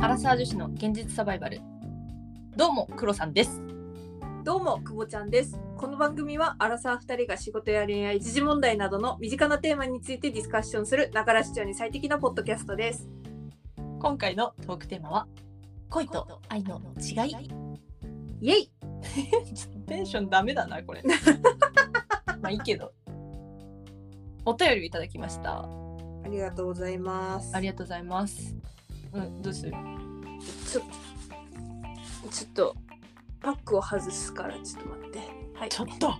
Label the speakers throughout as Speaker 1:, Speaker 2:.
Speaker 1: アラサー女子の現実サバイバルどうもクロさんです
Speaker 2: どうも、くぼちゃんです。この番組は、アラサー2人が仕事や恋愛、時事問題などの身近なテーマについてディスカッションする、ながら視聴に最適なポッドキャストです。
Speaker 1: 今回のトークテーマは恋と愛の違い
Speaker 2: イェイ
Speaker 1: テンションダメだなこれ まあいいけどお便りをいただきました
Speaker 2: ありがとうございます。
Speaker 1: ありがとうございますうんどうする
Speaker 2: ちょっと、パックを外すから、ちょっと待って。はい。
Speaker 1: ょっと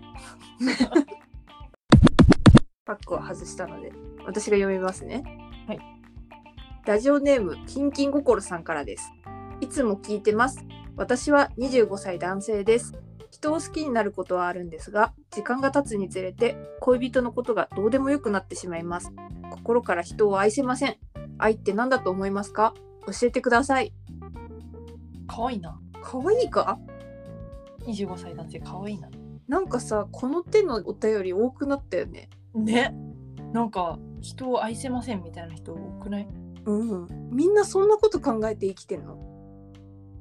Speaker 2: パックを外したので、私が読みますね。
Speaker 1: はい。
Speaker 2: ラジオネーム、キンキン心さんからです。いつも聞いてます。私は25歳男性です。人を好きになることはあるんですが、時間が経つにつれて、恋人のことがどうでもよくなってしまいます。心から人を愛せません。愛って何だと思いますか教えてください。
Speaker 1: 可愛いな
Speaker 2: 可愛いか
Speaker 1: 25歳男性可愛いな
Speaker 2: なんかさ、この手のお便り多くなったよね。
Speaker 1: ねなんか人を愛せませんみたいな人多くない
Speaker 2: うん。みんなそんなこと考えて生きてんの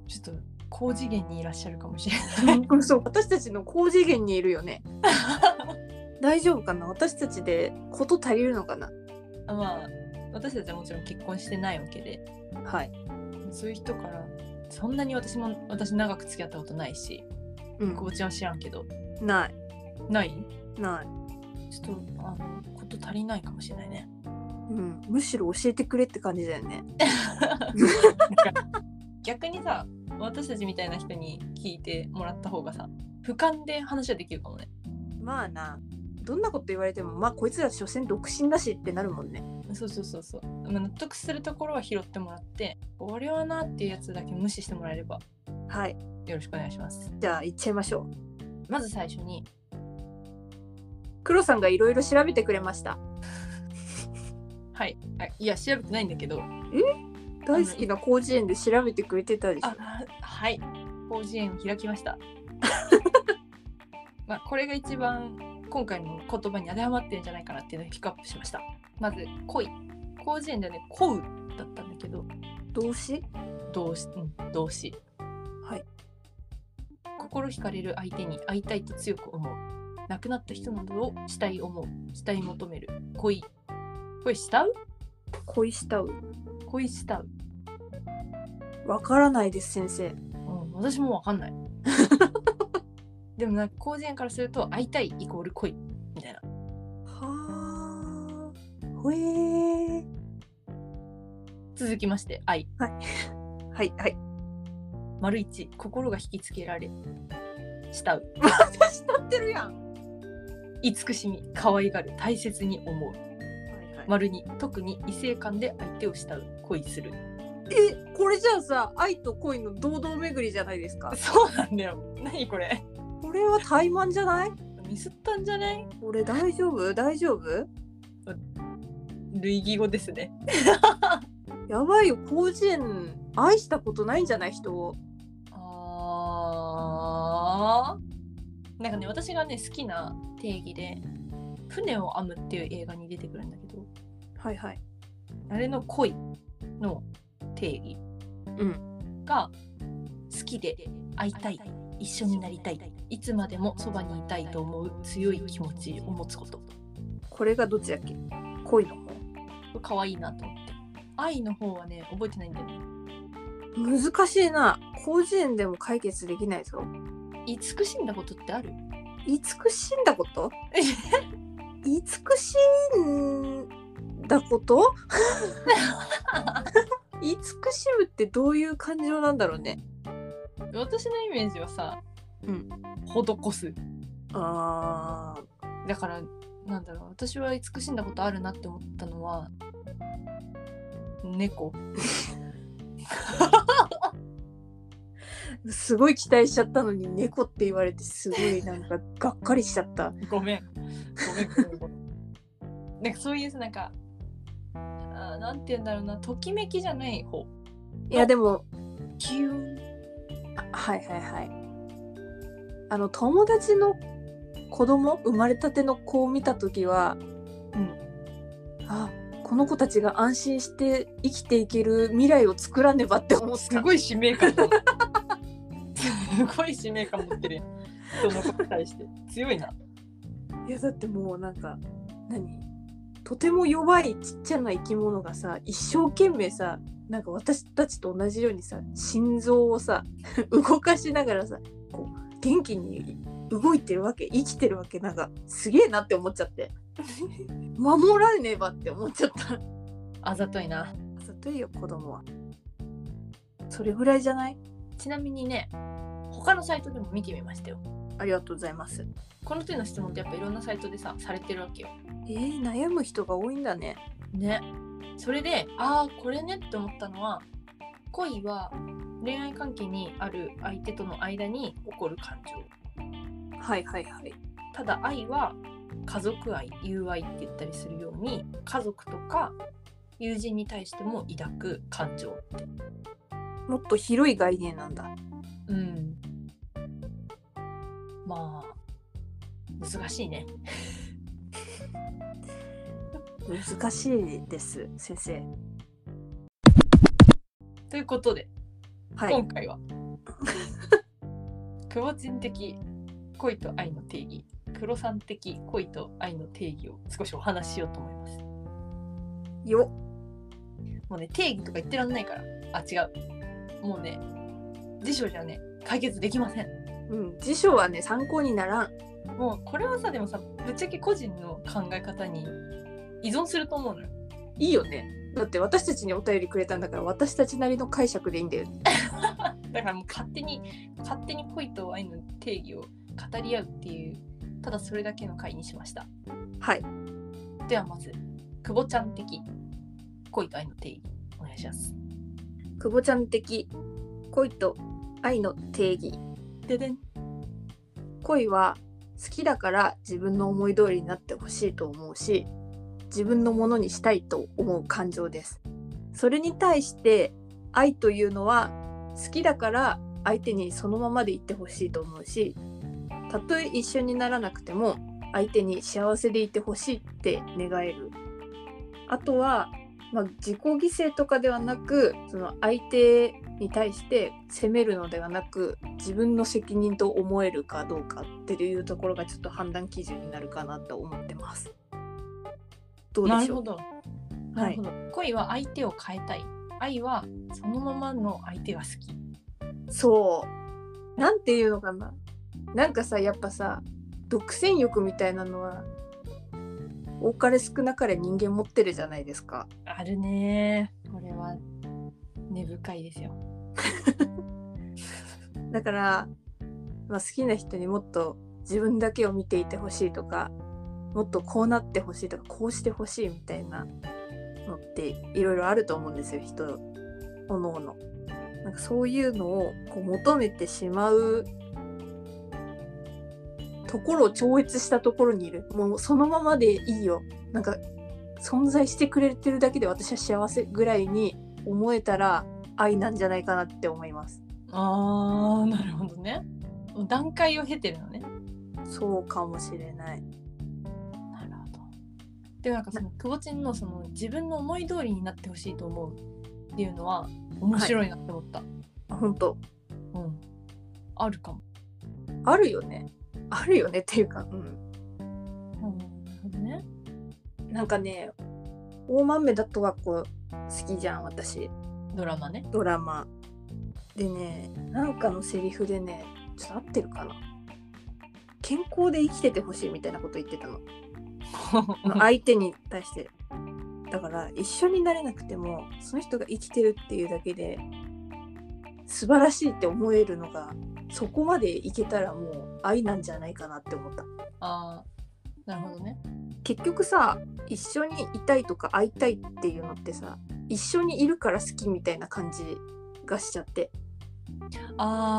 Speaker 1: ちょっと高次元にいらっしゃるかもしれない
Speaker 2: うんそう私たちの高次元にいるよね 大丈夫かな私たちでこと足りるのかな
Speaker 1: ま あ私たちはもちろん結婚してないわけで
Speaker 2: はい、
Speaker 1: そういう人からそんなに私も私長く付き合ったことないし
Speaker 2: う
Speaker 1: 久
Speaker 2: ん、
Speaker 1: 保ちゃんは知らんけど
Speaker 2: ない
Speaker 1: ない
Speaker 2: ない、
Speaker 1: ちょっとあのこと足りないかもしれないね
Speaker 2: うん、むしろ教えてくれって感じだよね
Speaker 1: なんか逆にさ私たちみたいな人に聞いてもらった方がさ俯瞰で話はできるかもね
Speaker 2: まあなどんなこと言われてもまあこいつら所詮独身だしってなるもんね
Speaker 1: そうそうそうそうまあ納得するところは拾ってもらって俺はなっていうやつだけ無視してもらえれば
Speaker 2: はい
Speaker 1: よろしくお願いします
Speaker 2: じゃあ行っちゃいましょ
Speaker 1: まず最初に
Speaker 2: う黒さんがいろいろ調べてくれました
Speaker 1: はいあいや調べてないんだけど
Speaker 2: 大好きな広辞苑で調べてくれてたでしょ
Speaker 1: あはい広辞苑を開きました まあこれが一番今回の言葉に当てはまってるんじゃないかなっていうのをピックアップしましたまず「恋」広辞苑ではね「恋う」だったんだけど
Speaker 2: 動詞
Speaker 1: 動詞、うん、動詞
Speaker 2: はい
Speaker 1: 心惹かれる相手に会いたいと強く思う亡くなった人などを死体思う死体求める恋これ慕う
Speaker 2: 恋したう
Speaker 1: 恋慕う、
Speaker 2: わからないです先生
Speaker 1: うん、私もわかんない でもなんか広辞苑からすると会いたいイコール恋みたいな
Speaker 2: はあほえー
Speaker 1: 続きまして愛
Speaker 2: はいはい
Speaker 1: 丸一心が引きつけられ慕う
Speaker 2: 私立ってるやん。
Speaker 1: 慈しみ可愛がる大切に思う
Speaker 2: ま
Speaker 1: 丸二特に異性間で相手を慕う恋する
Speaker 2: えこれじゃあさ愛と恋の堂々巡りじゃないですか
Speaker 1: そうなんだよ何これ
Speaker 2: これは怠慢じゃない
Speaker 1: ミスったんじゃない
Speaker 2: 俺大丈夫大丈夫
Speaker 1: 類義語ですね
Speaker 2: やばいよ広辞苑愛したことないんじゃない人を
Speaker 1: あーなんかね私がね好きな定義で「船を編む」っていう映画に出てくるんだけど
Speaker 2: はいはい
Speaker 1: あれの恋の定義
Speaker 2: うん
Speaker 1: が好きで会いたい一緒になりたいいつまでもそばにいたいと思う強い気持ちを持つこと
Speaker 2: これがどっちだっけ恋の方
Speaker 1: 可愛いなと思って愛の方はね覚えてないんだよね
Speaker 2: 難しいな広辞苑でも解決できないぞ
Speaker 1: 慈しんだことってある
Speaker 2: 慈しんだこと慈しんだこと 慈しむってどういう感情なんだろうね
Speaker 1: 私のイメージはさ、
Speaker 2: うん、
Speaker 1: 施す
Speaker 2: あ
Speaker 1: だからなんだろう私は慈しんだことあるなって思ったのは猫
Speaker 2: ーすごい期待しちゃったのに猫って言われてすごいなんかがっかりしちゃった
Speaker 1: ごめんごめんごめんごめんなんかそういうさなんかあーなんて言うんだろうなときめきじゃない方
Speaker 2: いやでも
Speaker 1: キュン
Speaker 2: あはいはいはいあの友達の子供生まれたての子を見た時は、
Speaker 1: うん、
Speaker 2: あこの子たちが安心して生きていける未来を作らねばって思っ
Speaker 1: す
Speaker 2: た
Speaker 1: ごい使命感だすごい使命感持ってるやん人のことに対して強いない
Speaker 2: やだってもうなんか何とても弱いちっちゃな生き物がさ一生懸命さなんか私たちと同じようにさ心臓をさ 動かしながらさこう元気に動いてるわけ生きてるわけなんかすげえなって思っちゃって 守らねばって思っちゃった
Speaker 1: あざといな
Speaker 2: さといよ子供はそれぐらいじゃない
Speaker 1: ちなみにね他のサイトでも見てみましたよ
Speaker 2: ありがとうございます
Speaker 1: この手の質問ってやっぱいろんなサイトでさされてるわけよ
Speaker 2: えー、悩む人が多いんだね
Speaker 1: ねそれでああこれねって思ったのは恋は恋愛関係にある相手との間に起こる感情
Speaker 2: はいはいはい
Speaker 1: ただ愛は家族愛友愛って言ったりするように家族とか友人に対しても抱く感情
Speaker 2: もっと広い概念なんだ
Speaker 1: うんまあ難しいね
Speaker 2: 難しいです先生
Speaker 1: ということで、
Speaker 2: は
Speaker 1: 今回は 久保人的恋と愛の定義黒さん的恋と愛の定義を少しお話ししようと思います
Speaker 2: いよ
Speaker 1: もうね定義とか言ってらんないからあ違うもうね辞書じゃね解決できません
Speaker 2: うん辞書はね参考にならん
Speaker 1: もうこれはさでもさぶっちゃけ個人の考え方に依存すると思うのよ
Speaker 2: いいよねだって私たちにお便りくれたんだから私たちなりの解釈でいいんだよね
Speaker 1: だからもう勝手に勝手に恋と愛の定義を語り合うっていうただそれだけの回にしました
Speaker 2: はい
Speaker 1: ではまず久保ちゃん的恋と愛の定義お願いします
Speaker 2: 久保ちゃん的恋と愛の定義
Speaker 1: ででん
Speaker 2: 恋は好きだから自分の思い通りになってほしいと思うし自分のものにしたいと思う感情ですそれに対して愛というのは好きだから相手にそのままでいってほしいと思うしたとえ一緒にならなくても相手に幸せでいてほしいって願えるあとは、まあ、自己犠牲とかではなくその相手に対して責めるのではなく自分の責任と思えるかどうかっていうところがちょっと判断基準になるかなと思ってます。どうで
Speaker 1: な
Speaker 2: し
Speaker 1: る
Speaker 2: ょ
Speaker 1: ほ
Speaker 2: う
Speaker 1: どな
Speaker 2: は
Speaker 1: る
Speaker 2: い
Speaker 1: ほ、ど、恋は相手を変えたい愛はそのままの相手が好き
Speaker 2: そう。なんていうのかな。なんかさ、やっぱさ、独占欲みたいなのは、多かれ少なかれ人間持ってるじゃないですか。
Speaker 1: あるねこれは根深いですよ
Speaker 2: だから、まあ、好きな人にもっと自分だけを見ていてほしいとか、もっとこうなってほしいとか、こうしてほしいみたいなのっていろいろあると思うんですよ、人、おのおの。なんかそういうのをこう求めてしまうところを超越したところにいる。もうそのままでいいよ。なんか存在してくれてるだけで私は幸せぐらいに思えたら愛なんじゃないかなって思います。
Speaker 1: あーなるほどねもう段階を経てるのね
Speaker 2: そうかもしれない。
Speaker 1: なるほど。でもなんかその久保ちんのその自分の思い通りになってほしいと思うっていうのは面白いなって思った。
Speaker 2: 本当
Speaker 1: うん。あるかも。
Speaker 2: あるよね。あるよねっていうか、うん、
Speaker 1: うん、なるほどね。
Speaker 2: なんかね、大豆だとはこう好きじゃん私
Speaker 1: ドラマね。
Speaker 2: ドラマ。でね、なんかのセリフでね、ちょっと合ってるかな。健康で生きててほしいみたいなこと言ってたの。相手に対して。だから一緒になれなくてもその人が生きてるっていうだけで素晴らしいって思えるのがそこまでいけたらもう愛なんじゃないかなって思った。
Speaker 1: ああ、なるほどね。
Speaker 2: 結局さ一緒にいたいとか会いたいっていうのってさ一緒にいるから好きみたいな感じがしちゃって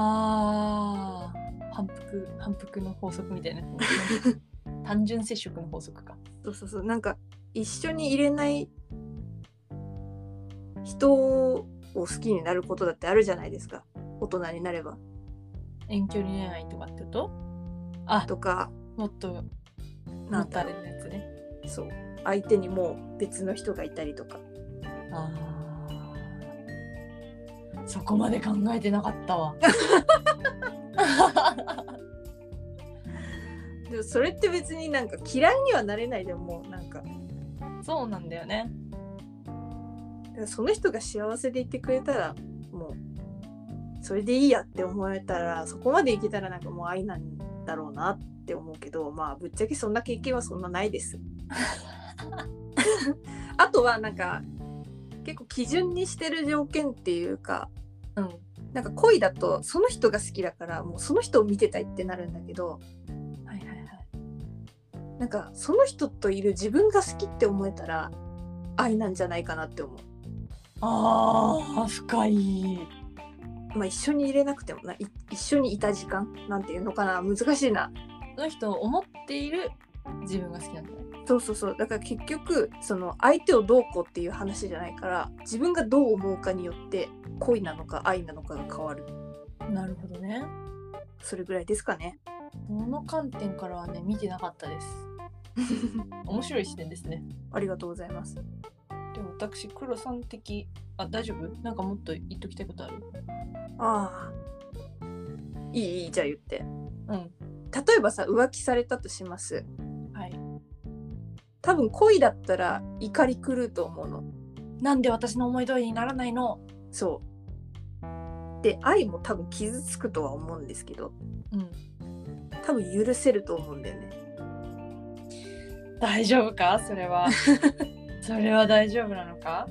Speaker 1: ああ、反復反復の法則み たいなやつね。単純接触の法則か。
Speaker 2: そうそうそうなんか一緒にいれない人を好きになることだってあるじゃないですか大人になれば
Speaker 1: 遠距離恋愛とかってこと？あ、
Speaker 2: とか
Speaker 1: もっと
Speaker 2: な
Speaker 1: もっ
Speaker 2: ん
Speaker 1: と
Speaker 2: だ
Speaker 1: あ
Speaker 2: ろ
Speaker 1: れのやつね。
Speaker 2: うそう相手にもう別の人がいたりとか
Speaker 1: あーそこまで考えてなかった わ
Speaker 2: でもそれって別になんか嫌いにはなれないでもなんか
Speaker 1: そうなんだよね
Speaker 2: だからその人が幸せでいてくれたらもうそれでいいやって思えたらそこまでいけたらなんかもう愛なんだろうなって思うけどまあぶっちゃけそんな経験はそんなないです あとはなんか結構基準にしてる条件っていうか
Speaker 1: うん
Speaker 2: なんか恋だとその人が好きだからもうその人を見てたいってなるんだけど
Speaker 1: はいはいはい
Speaker 2: なんかその人といる自分が好きって思えたら愛なんじゃないかなって思う。
Speaker 1: あー深い
Speaker 2: まあ、一緒に入れなくてもない一緒にいた時間なんていうのかな難しいな
Speaker 1: その人を思っている自分が好きなんだね
Speaker 2: そうそうそうだから結局その相手をどうこうっていう話じゃないから自分がどう思うかによって恋なのか愛なのかが変わる
Speaker 1: なるほどね
Speaker 2: それぐらいですかね
Speaker 1: その観点からはね見てなかったです面白い視点ですね
Speaker 2: ありがとうございます
Speaker 1: でも私黒さん的あ大丈夫なんかもっと言っときたいことある
Speaker 2: ああいいいいじゃあ言って
Speaker 1: うん
Speaker 2: 例えばさ浮気されたとします
Speaker 1: はい
Speaker 2: 多分恋だったら怒り狂うと思うの
Speaker 1: なんで私の思い通りにならないの
Speaker 2: そうで愛も多分傷つくとは思うんですけど
Speaker 1: うん
Speaker 2: 多分許せると思うんだよね
Speaker 1: 大丈夫かそれは それは大丈夫なのか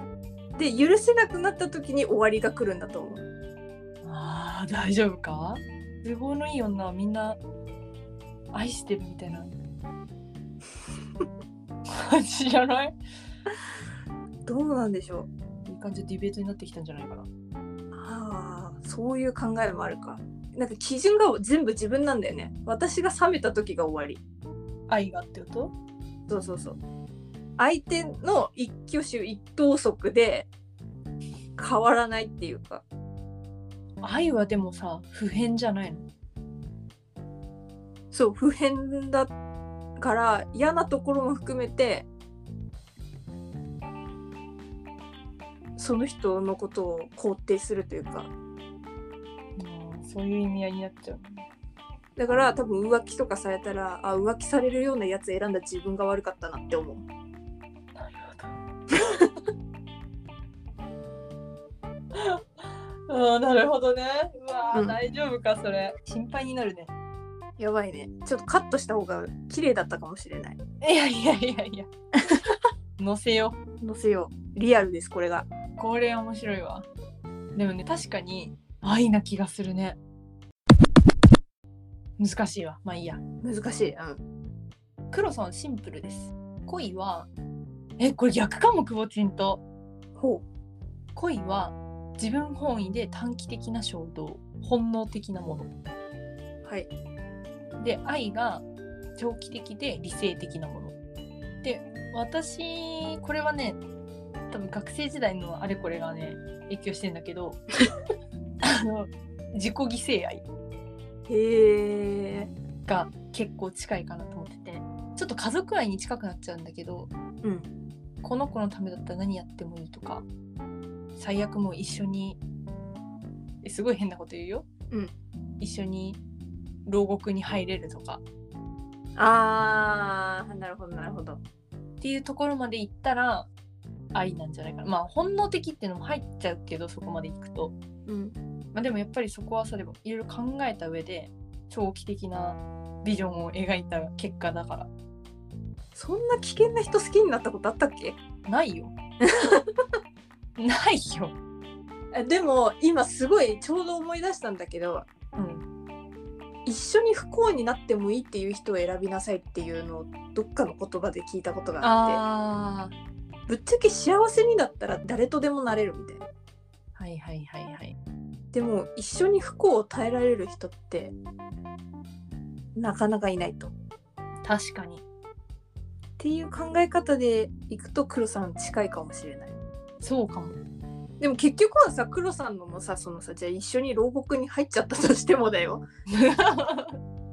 Speaker 2: で許せなくなった時に終わりが来るんだと思う
Speaker 1: あー大丈夫か都合のいい女はみんな愛してるみたい な感じじゃない
Speaker 2: どうなんでしょう
Speaker 1: いい感じでディベートになってきたんじゃないかな
Speaker 2: ああそういう考えもあるかなんか基準が全部自分なんだよね私が冷めた時が終わり
Speaker 1: 愛がってこと
Speaker 2: そうそうそう相手の一挙手一投足で変わらないっていうか
Speaker 1: 愛はでもさ不変じゃないの
Speaker 2: そう不変だから嫌なところも含めてその人のことを肯定するというか
Speaker 1: そういう意味合いになっちゃう
Speaker 2: だから多分浮気とかされたらあ浮気されるようなやつ選んだ自分が悪かったなって思う
Speaker 1: なるほどあーなるほどねうわー、
Speaker 2: うん
Speaker 1: 大丈夫かそれ心配になるね
Speaker 2: やばいねちょっとカットした方が綺麗だったかもしれない
Speaker 1: いやいやいや いや乗せよ
Speaker 2: 載せようリアルですこれが
Speaker 1: これ面白いわでもね確かに愛な気がするね難しいわまあいいや
Speaker 2: 難しいうん
Speaker 1: 黒さんはシンプルです恋はえこれ逆かも久保ちんと
Speaker 2: ほ
Speaker 1: 恋は自分本位で短期的な衝動本能的なも
Speaker 2: うはい
Speaker 1: ので愛が長期的で理性的なもので私これはね多分学生時代のあれこれがね影響してんだけ どあの自己犠牲愛
Speaker 2: へえ
Speaker 1: が結構近いかなと思っててちょっと家族愛に近くなっちゃうんだけど
Speaker 2: うん
Speaker 1: この子のためだったら何やってもいいとか最悪もう一緒にえすごい変なこと言うよ、
Speaker 2: うん
Speaker 1: 一緒に牢獄に入れるとか
Speaker 2: あーなるほどなるほど
Speaker 1: っていうところまで行ったら愛なんじゃないかなまあ本能的っていうのも入っちゃうけどそこまで行くと、
Speaker 2: うん
Speaker 1: まあ、でもやっぱりそこはそれもいろいろ考えた上で長期的なビジョンを描いた結果だから
Speaker 2: そんな危険な人好きになったことあったっけ
Speaker 1: ない よないよ、
Speaker 2: えでも今すごいちょうど思い出したんだけど
Speaker 1: うん、
Speaker 2: 一緒に不幸になってもいいっていう人を選びなさいっていうのをどっかの言葉で聞いたことがあ
Speaker 1: ああ
Speaker 2: ってぶっちゃけ幸せになったら誰とでもなれるみたいな
Speaker 1: はいはいはいはい。
Speaker 2: でも一緒に不幸を耐えられる人ってなかなかいないと。っ
Speaker 1: 確かに。
Speaker 2: ていう考え方でいくと黒さん近いかもしれない。
Speaker 1: そうかも。
Speaker 2: でも結局はさ黒さんのもさそのさじゃあ一緒に牢獄に入っちゃったとしてもだよ。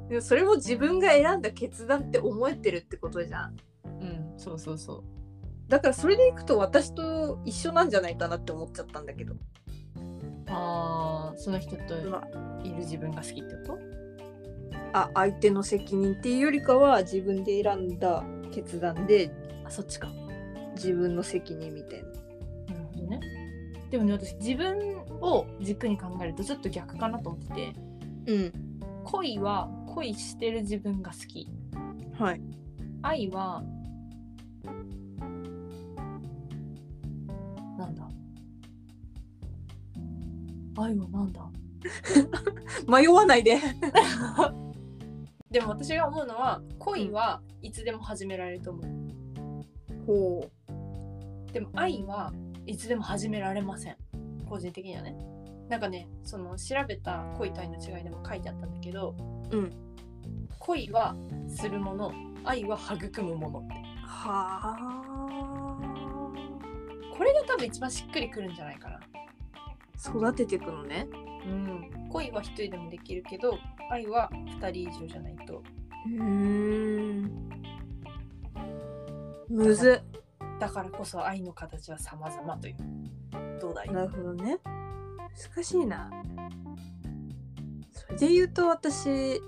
Speaker 2: でもそれも自分が選んだ決断って思えてるってことじゃん。
Speaker 1: うんうん、そうそうそう。
Speaker 2: だからそれでいくと私と一緒なんじゃないかなって思っちゃったんだけど
Speaker 1: ああ、その人と
Speaker 2: うわ
Speaker 1: いる自分が好きってこ
Speaker 2: あ相手の責任っていうよりかは自分で選んだ決断で
Speaker 1: とあ、そっちか。
Speaker 2: 自分の責任みたいな
Speaker 1: なるほどね。でもね、私、自分を軸に考えるとちょっと逆かなと思ってて、
Speaker 2: うん
Speaker 1: 恋は恋してる自分が好き。
Speaker 2: はい
Speaker 1: 愛は、なんだ愛はなんだ
Speaker 2: 迷わないで
Speaker 1: でも私が思うのは恋はいつでも始められると思う。
Speaker 2: ほ
Speaker 1: でも愛はいつでも始められません。個人的にはね。なんかね、その調べた恋と愛の違いでも書いてあったんだけど、
Speaker 2: うん
Speaker 1: 恋はするもの、愛は育むものって。
Speaker 2: うは
Speaker 1: これが多分一番しっくりくるんじゃないかな。
Speaker 2: あ育てていくのね
Speaker 1: うん。恋は一人でもできるけど、愛は二人以上じゃないと。
Speaker 2: うんむず
Speaker 1: だからこそ愛の形は様々という。どうだい
Speaker 2: っなるほどね難しいなそれで言うと私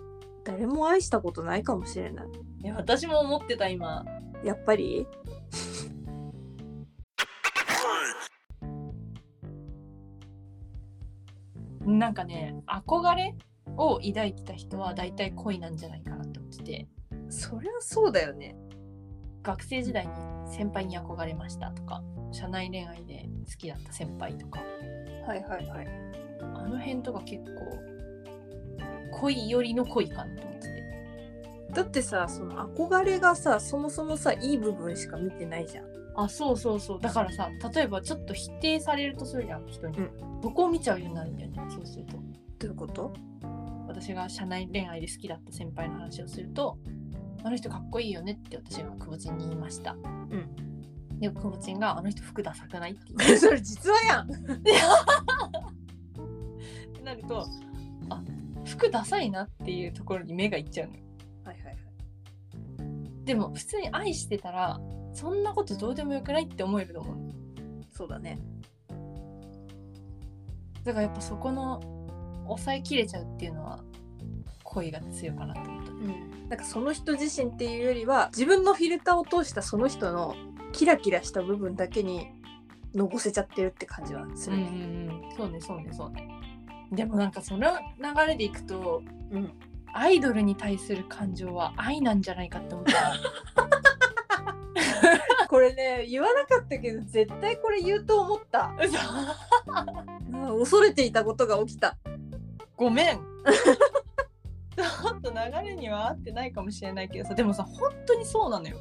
Speaker 2: 誰も愛したことないかもしれない
Speaker 1: いや私も思ってた今。
Speaker 2: やっぱり
Speaker 1: なんかね憧れを抱いてた人は大体恋なんじゃないかなって思ってて
Speaker 2: そりゃそうだよね
Speaker 1: 学生時代に先輩に憧れましたとか社内恋愛で好きだった先輩とか
Speaker 2: はいはいはい
Speaker 1: あの辺とか結構恋よりの恋かなと思ってて
Speaker 2: だってさその憧れがさそもそもさいい部分しか見てないじゃん
Speaker 1: あそうそうそうだからさ例えばちょっと否定されるとするじゃん人に、
Speaker 2: う
Speaker 1: どこを見ちゃうようになるんだよねそうすると
Speaker 2: どういうこと
Speaker 1: 私が社内恋愛で好きだった先輩の話をすると「あの人かっこいいよね」って私が久保ちんに言いました。で久保ちんが「あの人服ダサくない?」って言
Speaker 2: それ実はやん
Speaker 1: ってなると「あ服ダサいな」っていうところに目がいっちゃうのよ。
Speaker 2: はいはい
Speaker 1: でも普通に愛してたらそんなことどうでもよくないって思えると思う。
Speaker 2: そうだね
Speaker 1: だからやっぱそこの抑えきれちゃうっていうのは恋が強いかなって思った。
Speaker 2: うんなんかその人自身っていうよりは自分のフィルターを通したその人のキラキラした部分だけにのぼせちゃってるって感じはするね、
Speaker 1: うんうんうん、そうねそうねそうねでもなんかその流れでいくと、
Speaker 2: うん
Speaker 1: アイドルに対する感情は愛なんじゃないかって思った
Speaker 2: これね言わなかったけど絶対これ言うと思った
Speaker 1: 嘘
Speaker 2: うん恐れていたことが起きた
Speaker 1: ごめんちょっと流れには合ってないかもしれないけどさでもさ本当にそうなのよ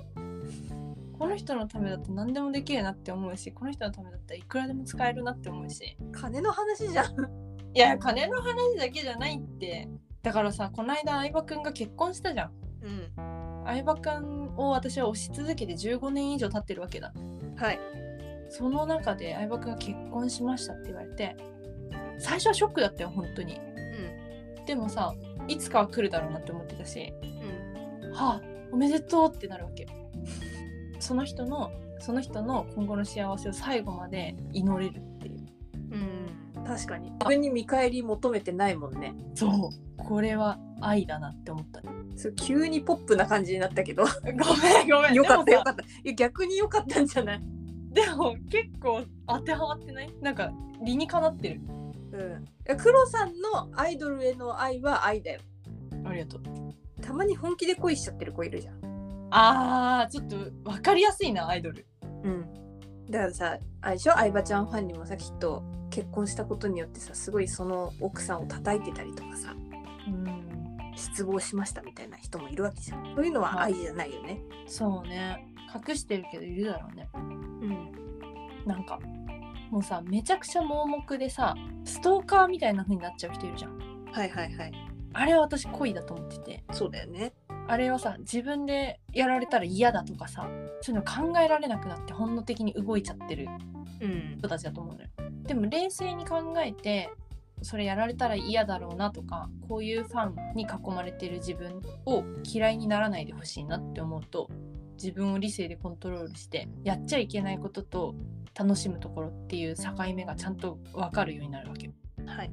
Speaker 1: この人のためだと何でもできるなって思うしこの人のためだったらいくらでも使えるなって思うし
Speaker 2: 金の話じゃん
Speaker 1: いや金の話だけじゃないってだからさこの間相葉くんが結婚したじゃん
Speaker 2: うん
Speaker 1: 相葉くんを私は推し続けて15年以上経ってるわけだ
Speaker 2: はい
Speaker 1: その中で相葉君が結婚しましたって言われて最初はショックだったよ本当に
Speaker 2: う
Speaker 1: でもさいつかは来るだろうなって思ってたし
Speaker 2: んうん
Speaker 1: はあおめでとうってなるわけその人のその人の今後の幸せを最後まで祈れるっていう
Speaker 2: うん確かに自分に見返り求めてないもんね
Speaker 1: そうこれは愛だなって思った
Speaker 2: そう急にポップな感じになったけ ど
Speaker 1: ごめんごめん
Speaker 2: よかった
Speaker 1: でも
Speaker 2: よ
Speaker 1: さ
Speaker 2: かったいや逆によかったんじゃない
Speaker 1: でも結構当てはまってないなんか理にかなってる
Speaker 2: うんいや黒さんのアイドルへの愛は愛だよ
Speaker 1: ありがとう
Speaker 2: たまに本気で恋しちゃってる子いるじゃん
Speaker 1: あーちょっと分かりやすいなアイドル
Speaker 2: うんだからさあれでしょ相葉ちゃんファンにもさきっと結婚したことによってさすごいその奥さんを叩いてたりとかさ
Speaker 1: うん
Speaker 2: 失望しましたみたいな人もいるわけじゃんそういうのは愛じゃないよね、
Speaker 1: そうね隠してるけどいるだろうね
Speaker 2: うん
Speaker 1: なんかもうさめちゃくちゃ盲目でさストーカーみたいな風になっちゃう人いるじゃん
Speaker 2: はいはいはい
Speaker 1: あれは私恋だと思ってて
Speaker 2: そうだよね
Speaker 1: あれはさ自分でやられたら嫌だとかさそういうの考えられなくなって本能的に動いちゃってる
Speaker 2: うん
Speaker 1: 人たちだと思うのよでも冷静に考えてそれやられたら嫌だろうなとかこういうファンに囲まれてる自分を嫌いにならないでほしいなって思うと自分を理性でコントロールしてやっちゃいけないことと楽しむところっていう境目がちゃんと分かるようになるわけよ
Speaker 2: はい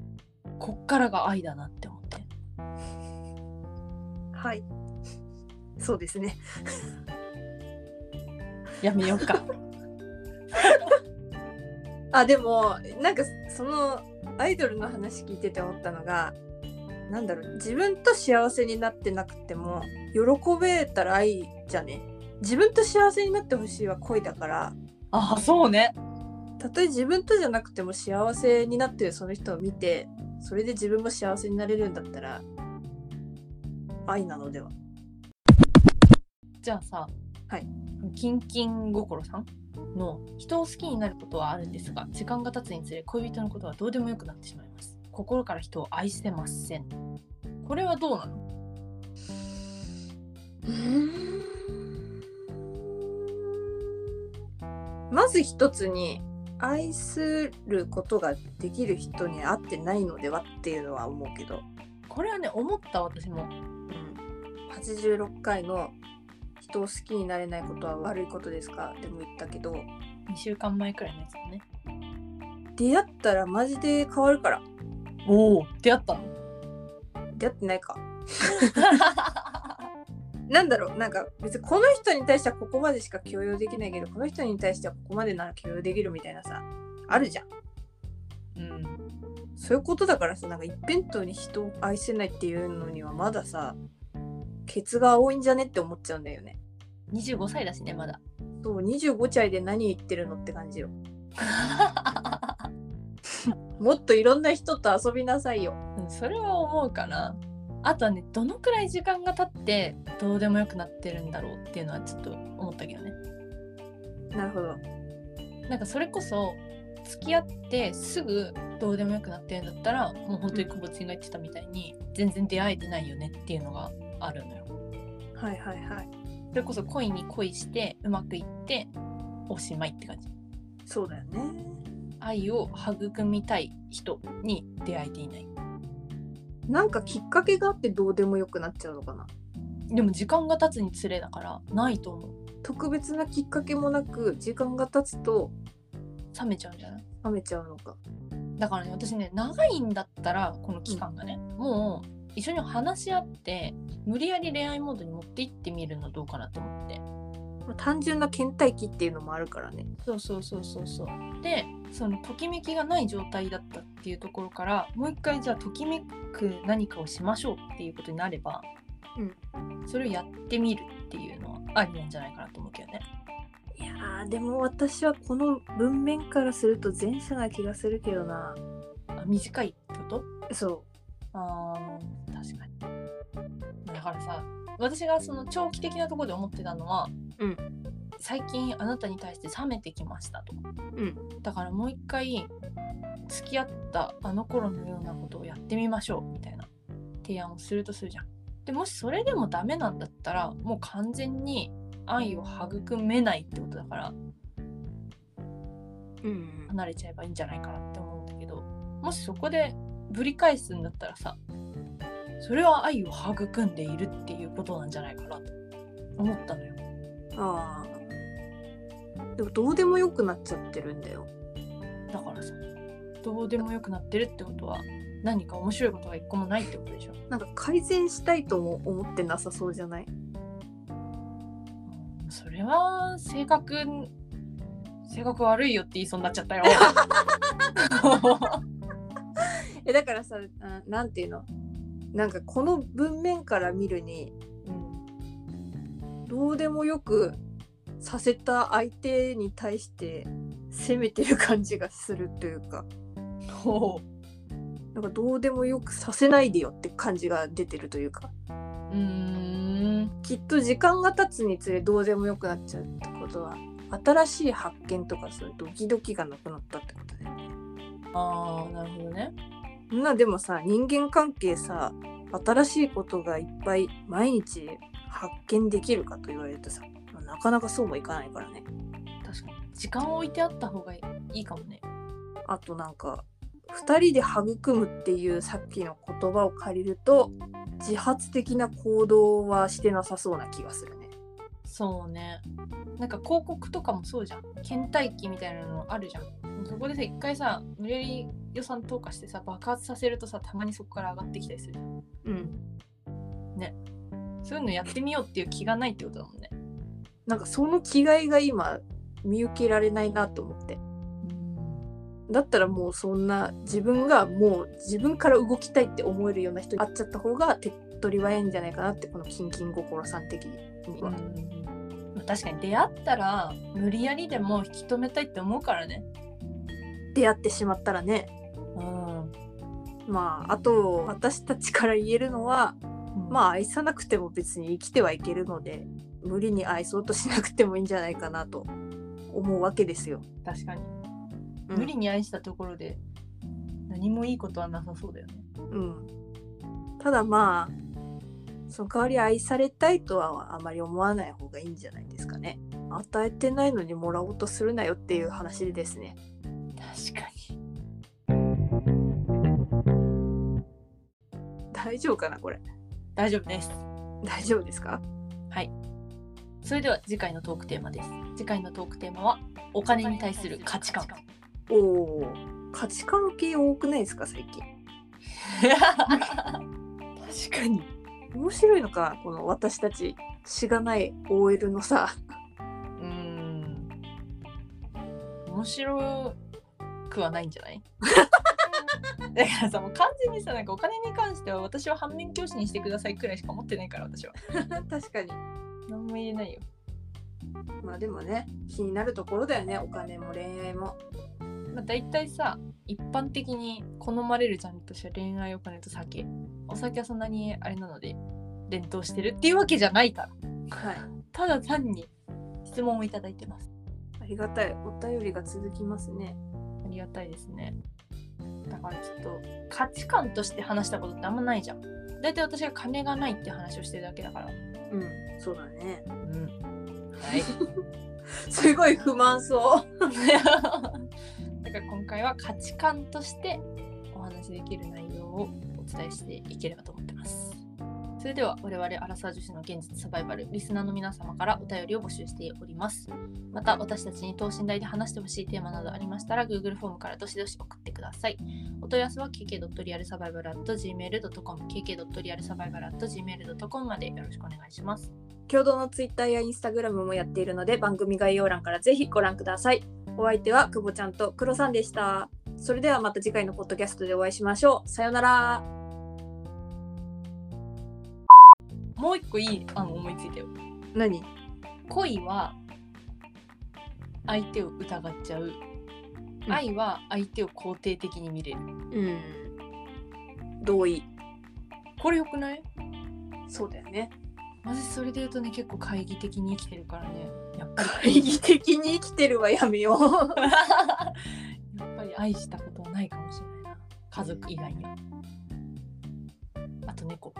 Speaker 1: こっからが愛だなって思って
Speaker 2: はいそうですね
Speaker 1: やめようか
Speaker 2: あでもなんかそのアイドルの話聞いてて思ったのがなんだろう自分と幸せになってなくても喜べたら愛じゃね自分と幸せになってほしいは恋だから
Speaker 1: ああそうね
Speaker 2: たとえ自分とじゃなくても幸せになってるその人を見てそれで自分も幸せになれるんだったら愛なのでは
Speaker 1: じゃあさ
Speaker 2: はい
Speaker 1: キンキン心さんの人を好きになることはあるんですが時間が経つにつれ恋人のことはどうでもよくなってしまいます心から人を愛してませんこれはどうなの
Speaker 2: まず一つに愛することができる人に会ってないのではっていうのは思うけど、
Speaker 1: これはね思った私も
Speaker 2: うん、86回の「人を好きになれないことは悪いことですか?」でも言ったけど
Speaker 1: 2週間前くらいのやつだね
Speaker 2: 出会ったらマジで変わるから
Speaker 1: おお出会った の
Speaker 2: 出会ってないかなんだろうなんか別にこの人に対してはここまでしか許容できないけどこの人に対してはここまでなら許容できるみたいなさあるじゃ
Speaker 1: う
Speaker 2: ん
Speaker 1: ん
Speaker 2: そういうことだからさなんか一辺倒に人を愛せないっていうのにはまださケツが多いんじゃねって思っちゃうんだよね
Speaker 1: 25歳だしねまだ
Speaker 2: そう25歳で何言ってるのって感じよもっといろんな人と遊びなさいよ
Speaker 1: うんそれは思うかなあとはねどのくらい時間が経ってどうでもよくなってるんだろうっていうのはちょっと思ったけどね
Speaker 2: なるほど
Speaker 1: なんかそれこそ付き合ってすぐどうでもよくなってるんだったらもう本当に久保ちんが言ってたみたいに全然出会えてないよねっていうのがあるのよ
Speaker 2: はいはいはい
Speaker 1: それこそ恋に恋してうまくいっておしまいって感じ
Speaker 2: そうだよね
Speaker 1: 愛を育みたい人に出会えていない
Speaker 2: なんかきっかけがあってどうでもよくなっちゃうのかな
Speaker 1: でも時間が経つにつれだからないと思う
Speaker 2: 特別なきっかけもなく時間が経つと
Speaker 1: 冷めちゃうんじゃない
Speaker 2: 冷めちゃうのか
Speaker 1: だからね私ね長いんだったらこの期間がね、もう一緒に話し合って無理やり恋愛モードに持っていってみるのどうかなと思って
Speaker 2: まあ単純な倦怠期っていうのもあるからね
Speaker 1: そうそうそうそうそうでそのときめきがない状態だったっていうところからもう一回じゃあときめく何かをしましょうっていうことになれば、それをやってみるっていうのはありなんじゃないかなと思うけどね
Speaker 2: いやーでも私はこの文面からすると前者な気がするけどな
Speaker 1: あ短いってこと
Speaker 2: そ
Speaker 1: あー確かにだからさ私がその長期的なところで思ってたのは、
Speaker 2: うん
Speaker 1: 最近あなたに対して冷めてきましたと
Speaker 2: ううん
Speaker 1: だからもう一回付き合ったあの頃のようなことをやってみましょうみたいな提案をするとするじゃん。でもしそれでもダメなんだったらもう完全に愛を育めないってことだから
Speaker 2: うん
Speaker 1: 離れちゃえばいいんじゃないかなって思うんだけどもしそこでぶり返すんだったらさそれは愛を育んでいるっていうことなんじゃないかなと思ったのよ。
Speaker 2: ああでもどうでもよくなっちゃってるんだよ
Speaker 1: だからさどうでもよくなってるってことは何か面白いことが一個もないってことでしょ。
Speaker 2: なんか改善したいとも思ってなさそうじゃない
Speaker 1: うんそれは性格性格悪いよって言いそうになっちゃったよ。
Speaker 2: えだからさあなんていうのなんかこの文面から見るにどうでもよくさせた相手に対して責めてる感じがするというか
Speaker 1: ほ
Speaker 2: なんかどうでもよくさせないでよって感じが出てるというか
Speaker 1: う。うーん。
Speaker 2: きっと時間が経つにつれどうでもよくなっちゃうってことは新しい発見とかそういうドキドキがなくなったってことだよね。
Speaker 1: ああ、なるほどね。
Speaker 2: みんなでもさ人間関係さ新しいことがいっぱい毎日発見できるかと言われるとさなかなかそうもいかないからね。
Speaker 1: 確かに。時間を置いてあった方がいいかもね。
Speaker 2: あとなんか2人で育むっていうさっきの言葉を借りると自発的な行動はしてなさそうな気がするね。
Speaker 1: そうねなんか広告とかもそうじゃん倦怠期みたいなのあるじゃんそこでさ一回さ無理やり予算投下してさ爆発させるとさたまにそこから上がってきたりするじゃん
Speaker 2: うん。
Speaker 1: そういうのやってみようっていう気がないってことだもんね
Speaker 2: なんかその気概が今見受けられないなと思って。だったらもうそんな自分がもう自分から動きたいって思えるような人に会っちゃった方が手っ取り早いんじゃないかなってこのキンキン心さん的には。
Speaker 1: まあ確かに出会ったら無理やりでも引き止めたいって思うからね
Speaker 2: 出会ってしまったらね。
Speaker 1: うん
Speaker 2: まああと私たちから言えるのは
Speaker 1: まあ
Speaker 2: まあ愛さなくても別に生きてはいけるので無理に愛そうとしなくてもいいんじゃないかなと思うわけですよ。
Speaker 1: 確かに
Speaker 2: うん
Speaker 1: 無理に愛したところで何もいいことはなさそうだよね
Speaker 2: うん、ただまあその代わり愛されたいとはあまり思わない方がいいんじゃないですかね。与えてないのにもらおうとするなよっていう話ですね。
Speaker 1: 確かに
Speaker 2: 大丈夫かなこれ。
Speaker 1: 大丈夫です
Speaker 2: 大丈夫ですか
Speaker 1: それでは次回のトークテーマです次回のトークテーマはお金に対する価値観
Speaker 2: おお価値観系多くないですか最近。
Speaker 1: 確かに
Speaker 2: 面白いのかこの私たちしがない OL のさ
Speaker 1: うん面白くはないんじゃない だからさもう完全にさなんかお金に関しては私は反面教師にしてくださいくらいしか思ってないから私は
Speaker 2: 確かに
Speaker 1: 何も言えないよ
Speaker 2: まあでもね気になるところだよねお金も恋愛も
Speaker 1: まあ、大体さ一般的に好まれるジャンルとしては恋愛お金と酒お酒はそんなにあれなので連投してるっていうわけじゃないから
Speaker 2: はい
Speaker 1: ただ単に質問をいただいてます
Speaker 2: ありがたいお便りが続きますね
Speaker 1: ありがたいですねだからちょっと価値観として話したことってあんまないじゃん大体私が金がないって話をしてるだけだから
Speaker 2: うんそうだね
Speaker 1: うんはい
Speaker 2: すごい不満そう
Speaker 1: だから今回は価値観としてお話しできる内容をお伝えしていければと思ってますそれでは我々アラサー女子の現実サバイバルリスナーの皆様からお便りを募集しておりますまた私たちに等身大で話してほしいテーマなどありましたら Google フォームからどしどし送ってくださいお問い合わせは kk.realsurvival.gmail.com kk.realsurvival.gmail.com までよろしくお願いします
Speaker 2: 共同のツイッターやインスタグラムもやっているので番組概要欄からぜひご覧くださいお相手は久保ちゃんとクロさんでしたそれではまた次回のポッドキャストでお会いしましょうさようなら
Speaker 1: もう一個いい案思いついたよ
Speaker 2: 何
Speaker 1: 恋は相手を疑っちゃう、
Speaker 2: うん
Speaker 1: 愛は相手を肯定的に見れる
Speaker 2: うん同意
Speaker 1: これよくない
Speaker 2: そうだよね
Speaker 1: 私それで言うとね結構懐疑的に生きてるからねやっぱ
Speaker 2: 懐
Speaker 1: り
Speaker 2: 疑的に生きてるはやめよう
Speaker 1: やっぱり愛したことはないかもしれないな家族以外にはあと猫